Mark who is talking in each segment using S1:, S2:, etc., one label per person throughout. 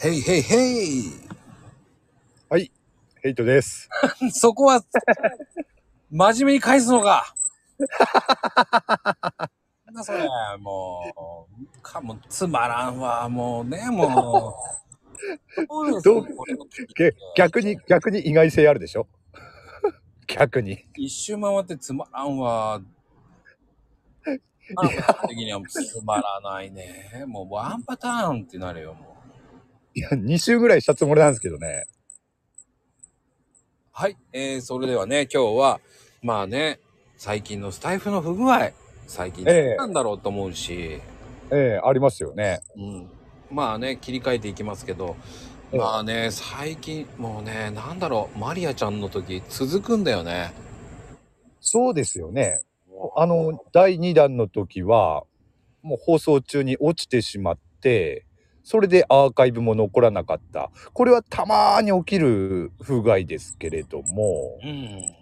S1: ヘイヘイヘイ
S2: はい、ヘイトです。
S1: そこは、真面目に返すのか。なんだそれ、もう、かも、つまらんわ、もうね、もう。どうです
S2: どう
S1: これ
S2: げ逆に、逆に意外性あるでしょ 逆に。
S1: 一周回ってつまらんわ。あの子的にはもうつまらないね。もうワンパターンってなるよ、もう。
S2: いや、2週ぐらいしたつもりなんですけどね。
S1: はい、えー、それではね、今日は、まあね、最近のスタイフの不具合、最近
S2: ええ
S1: なんだろうと思うし、
S2: ええありますよね。
S1: うん、まあね、切り替えていきますけど、
S2: ええ
S1: まあね、最近、もうね、なんだろう、マリアちゃんの時、続くんだよね。
S2: そうですよね。あの、第2弾の時は、もう放送中に落ちてしまって、それでアーカイブも残らなかった。これはたまーに起きる不具合ですけれども、
S1: うん。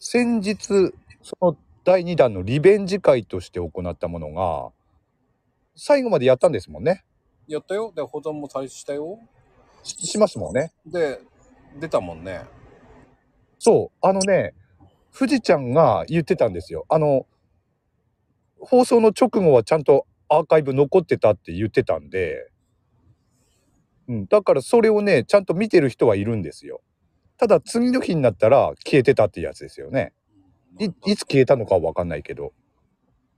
S2: 先日、その第2弾のリベンジ会として行ったものが、最後までやったんですもんね。
S1: やったよ。で、保存も再生したよ。
S2: ししますもんね。
S1: で、出たもんね。
S2: そう、あのね、富士ちゃんが言ってたんですよ。あの、放送の直後はちゃんとアーカイブ残ってたって言ってたんで、うん、だからそれをね、ちゃんと見てる人はいるんですよ。ただ次の日になったら消えてたってやつですよね。いいつ消えたのかはわかんないけど。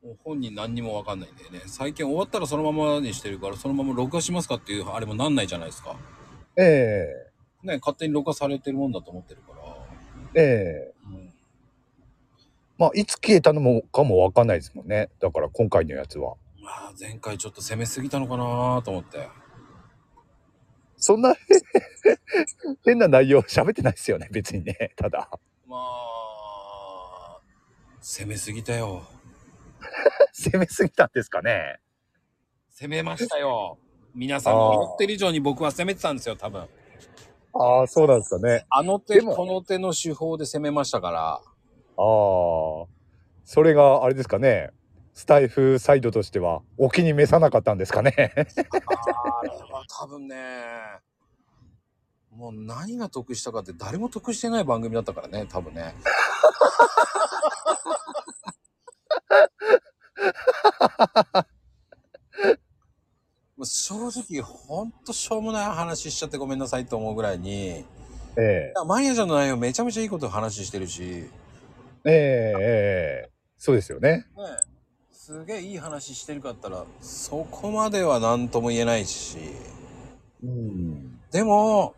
S1: もう本人何にもわかんないんだよね。最近終わったらそのままにしてるから、そのまま録画しますかっていうあれもなんないじゃないですか。
S2: え
S1: ね、勝手に録画されてるもんだと思ってるから。
S2: えええ
S1: うん、
S2: まあ、いつ消えたのもかもわかんないですもんね。だから今回のやつは。
S1: まあ、前回ちょっと攻めすぎたのかなと思って。
S2: そんな変な内容喋ってないですよね、別にね。ただ。
S1: まあ、攻めすぎたよ。
S2: 攻めすぎたんですかね。
S1: 攻めましたよ。皆さんが思ってる以上に僕は攻めてたんですよ、多分。
S2: ああ、そうなんですかね。
S1: あの手、
S2: でも
S1: この手の手法で攻めましたから。
S2: ああ、それがあれですかね。スタイフサイドとしては、お気に召さなかったんです かね。
S1: あれは多分ね、もう何が得したかって誰も得してない番組だったからね、多分ね。もう正直、ほんとしょうもない話しちゃってごめんなさいと思うぐらいに、
S2: え
S1: マリアちゃんの内容めちゃめちゃいいこと話してるし、ね
S2: えええええそうですよね。
S1: え、すげえいい話してるかったら、そこまでは何とも言えないし、
S2: うん。
S1: でも、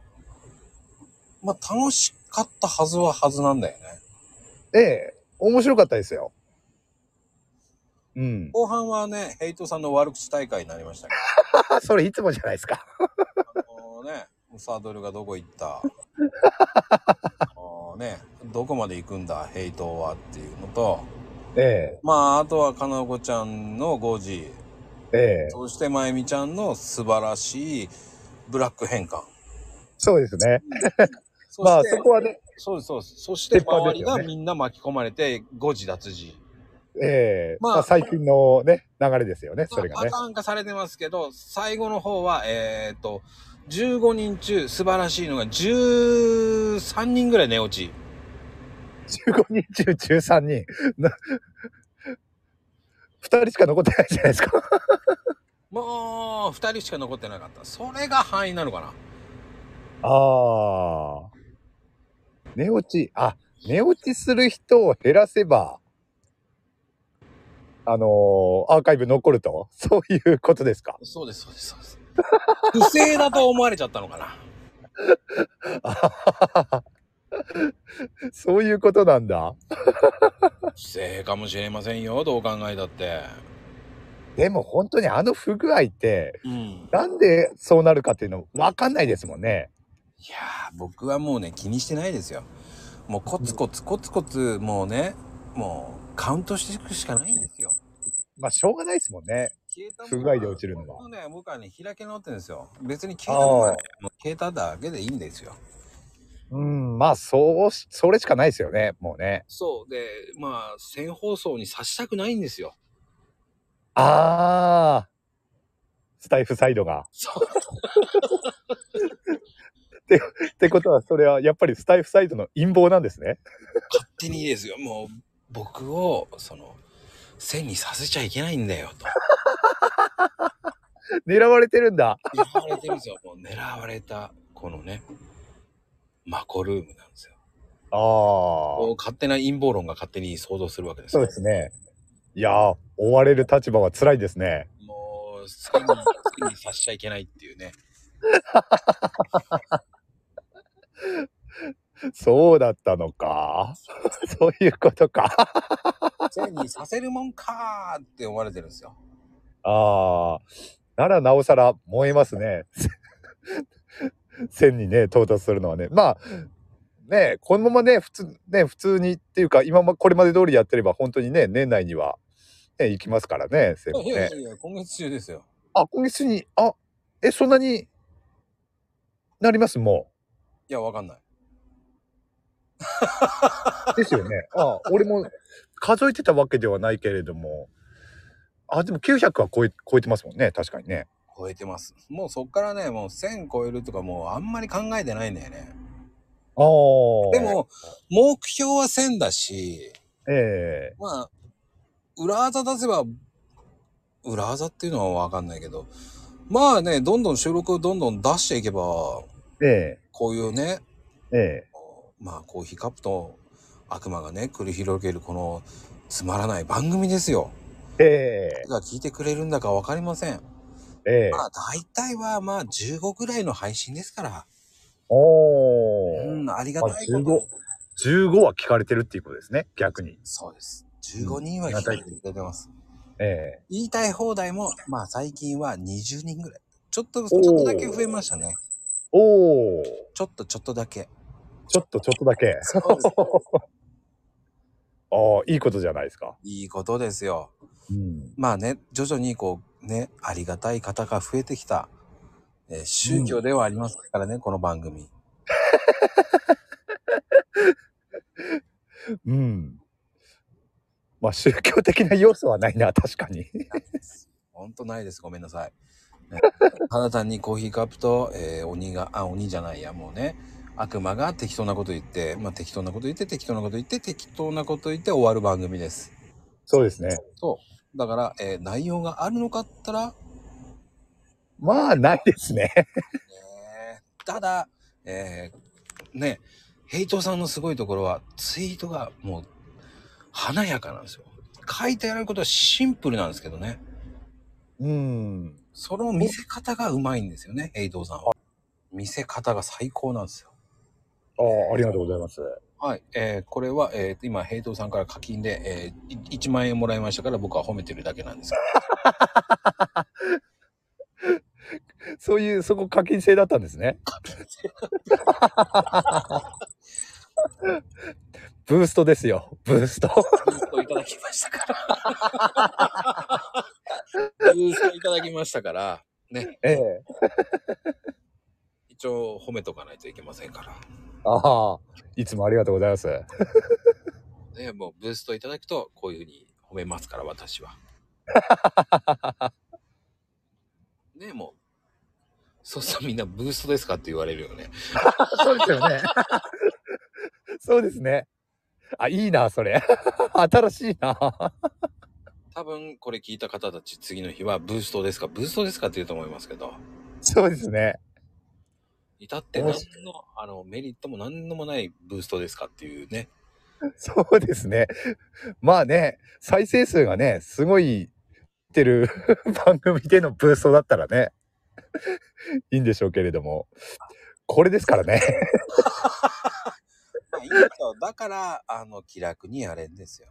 S1: まあ、楽しかったはずははずなんだよね。
S2: ええ面白かったですよ。うん。
S1: 後半はね、ヘイトさんの悪口大会になりましたけ
S2: あ、それいつもじゃないですか。
S1: ど、あの ね、ムサドルがどこ行った、あのね、どこまで行くんだ、ヘイトはっていうのと、
S2: え
S1: まあ、あとはかなこちゃんの5時、
S2: えええ
S1: そしてまゆみちゃんの素晴らしいブラック変換。
S2: そうですね。
S1: そ
S2: まあ、
S1: して、
S2: そこはね、
S1: そうです、そうです。そして
S2: 鉄板
S1: 周
S2: で
S1: り
S2: すよ
S1: が
S2: ね
S1: みんな巻き込まれて5時脱字。
S2: ええ
S1: まあ
S2: まあ、最近のね、流れですよね、それが
S1: パ
S2: ね
S1: タ。ーン化されてますけど、最後の方は、えっ、と、15人中素晴らしいのが13人ぐらい寝落ち。
S2: 15人中13人。な二人しか残ってないじゃないですか。
S1: もう、2人しか残ってなかった。それが範囲なのかな。
S2: ああ。寝落ち、あ、寝落ちする人を減らせば、あのーアーカイブ残ると、 そういうことですか。
S1: そうです、そうです、そう です。不正だと思われちゃったのかな。
S2: あはははそういうことなんだ。
S1: 不正かもしれませんよ、どう考えたって。
S2: でも本当にあの不具合って、
S1: うん。い
S2: なんでそうなるかっていうのわかんないですもんね。
S1: やー、僕はもうね、気にしてないですよ。もうコツコツコツコツ、もうね、もうカウントしていくしかないんですよ。
S2: まあ、しょうがないですもんね。
S1: 消えたもの
S2: 不
S1: は
S2: 具合で落ちるのは
S1: も。うね、僕はね、開き直ってるんですよ。別に消えたのは
S2: あ
S1: ね、もう消えただけでいいんですよ。
S2: うん、まあ、そうし、それしかないですよね、もうね。
S1: そう。で、まあ、全放送にさしたくないんですよ。
S2: ああ。スタイフサイドが。
S1: そう。
S2: ってことは、それはやっぱりスタイフサイドの陰謀なんですね。
S1: 勝手にですよ。もう、僕を、その、線にさせちゃいけないんだよ、と。
S2: 狙われてるんだ。
S1: 狙われてるんですよ。もう狙われた、このね、マコルームなんですよ。
S2: あ
S1: こ
S2: あ
S1: う。勝手な陰謀論が勝手に想像するわけです
S2: そ
S1: よ
S2: うですね。いやー、追われる立場は辛いですね。
S1: もう、線に、線にさせちゃいけないっていうね。
S2: そうだったのか。 そういうことか。
S1: 線にさせるもんかーって思われてるんですよ。
S2: ああ。ならなおさら燃えますね。 線にね、到達するのはね。まあ、ねこのままね、普通、ね、普通にっていうか、今ま、これまで通りやってれば、本当にね、年内には、ね、行きますからね、線も
S1: いや
S2: ね
S1: い。やいや、今月中ですよ。
S2: あ、今月に、あ、え、そんなになりますも
S1: いや、わかんない。
S2: う。ですよね。あ、俺も数えてたわけではないけれども。あ、でも900は超え超えてますもんね、確かにね。
S1: 超えてます。もうそっからね、もう1000超えるとかもうあんまり考えてないんだよね。
S2: ああ。
S1: で、も、目標は1000だし、
S2: ええ
S1: まあ、裏技出せば、裏技っていうのはわかんないけど、まあね、どんどん収録をどんどん出していけば、
S2: え
S1: こういうね、
S2: えええ
S1: まあコーヒーカップと悪魔がね、繰り広げるこのつまらない番組ですよ。
S2: ええ
S1: が聞いてくれるんだかわかりません。
S2: ええ
S1: まあ大体はまあ15ぐらいの配信ですから。
S2: おお、
S1: うん、ありがたいこと
S2: あ15
S1: に。
S2: 15は聞かれてるっていうことですね、逆に。
S1: そうです。15人は聞かれてくれてます。
S2: ええ
S1: 言いたい放題も、まあ最近は20人ぐらい。ちょっと、ちょっとだけ増えましたね。
S2: おお、
S1: ちょっと、ちょっとだ け。
S2: ちょっとちょっとだけ。
S1: そうです
S2: ああ、いいことじゃないですか。
S1: いいことですよ。
S2: うん。
S1: まあね、徐々にこう、ね、ありがたい方が増えてきた、えー宗教ではありますからね、この番組。
S2: うん。まあ宗教的な要素はない な、確かに。
S1: ほんとないです。ごめんなさい。ねただ単にコーヒーカップと、えー鬼が、あ、鬼じゃないや、もうね、悪魔が適当なこと言って、まあ適当なこと言って、適当なこと言って、適当なこと言って終わる番組です。
S2: そうですね。
S1: そう。だから、えー内容があるのかったら、ね
S2: まあ、ないですね。
S1: ただ、えーね、ヘイトさんのすごいところは、ツイートがもう、華やかなんですよ。書いてあることはシンプルなんですけどね。
S2: うん。
S1: その見せ方がうまいんですよね、ヘイトさんは。見せ方が最高なんですよ。
S2: ああ、ありがとうございます。
S1: はい。えーこれは、えー今、ヘイトさんから課金で、えーい1万円もらいましたから僕は褒めてるだけなんですけど
S2: そういう、そこ課金制だったんですね。 ブーストですよ。ブースト。
S1: ブーストいただきましたから。ブーストいただきましたから、ね、
S2: ええ。
S1: 一応褒めとかないといけませんから。
S2: ああ、いつもありがとうございます。
S1: ね、もうブーストいただくと、こういうふうに褒めますから、私は。ね、もう。そうするとみんなブーストですかって言われるよね。
S2: そうですよね。 そうですね。あ、いいな、それ。 新しいな。
S1: 多分これ聞いた方たち次の日はブーストですかブーストですかって言うと思いますけど、
S2: そうですね。
S1: 至って何のあのメリットも何のもないブーストですかっていうね。
S2: そうですね。まあね、再生数がね、すごいいってる 番組でのブーストだったらね、いいんでしょうけれども、これですからね。
S1: まあいいんですよだから、あの、気楽にやれんですよ。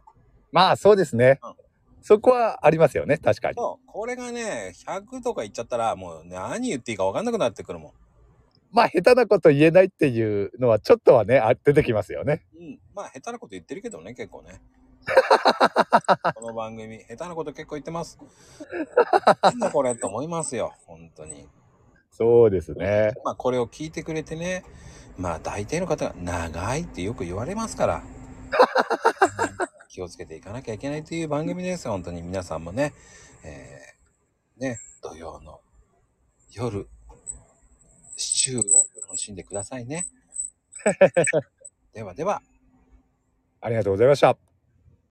S2: まあそうですね
S1: うん。
S2: そこはありますよね、確かに。
S1: そう、これがね、100とかいっちゃったら、もう何言っていいか分かんなくなってくるも
S2: まあ下手なこと言えないっていうのはちょっとはね、あ出てきますよね。
S1: ん。うん。まあ、下手なこと言ってるけどね、結構 ね。この番組、下手なこと結構言ってます。なんだこれと思いますよ、本当に。
S2: そうですね。
S1: まあ、これを聞いてくれてね、まあ、大抵の方が長いってよく言われますから。気をつけていかなきゃいけないという番組です。本当に皆さんもね、えーね、土 曜の夜、シチューを楽しんでくださいね。ではでは。
S2: ありがとうございました。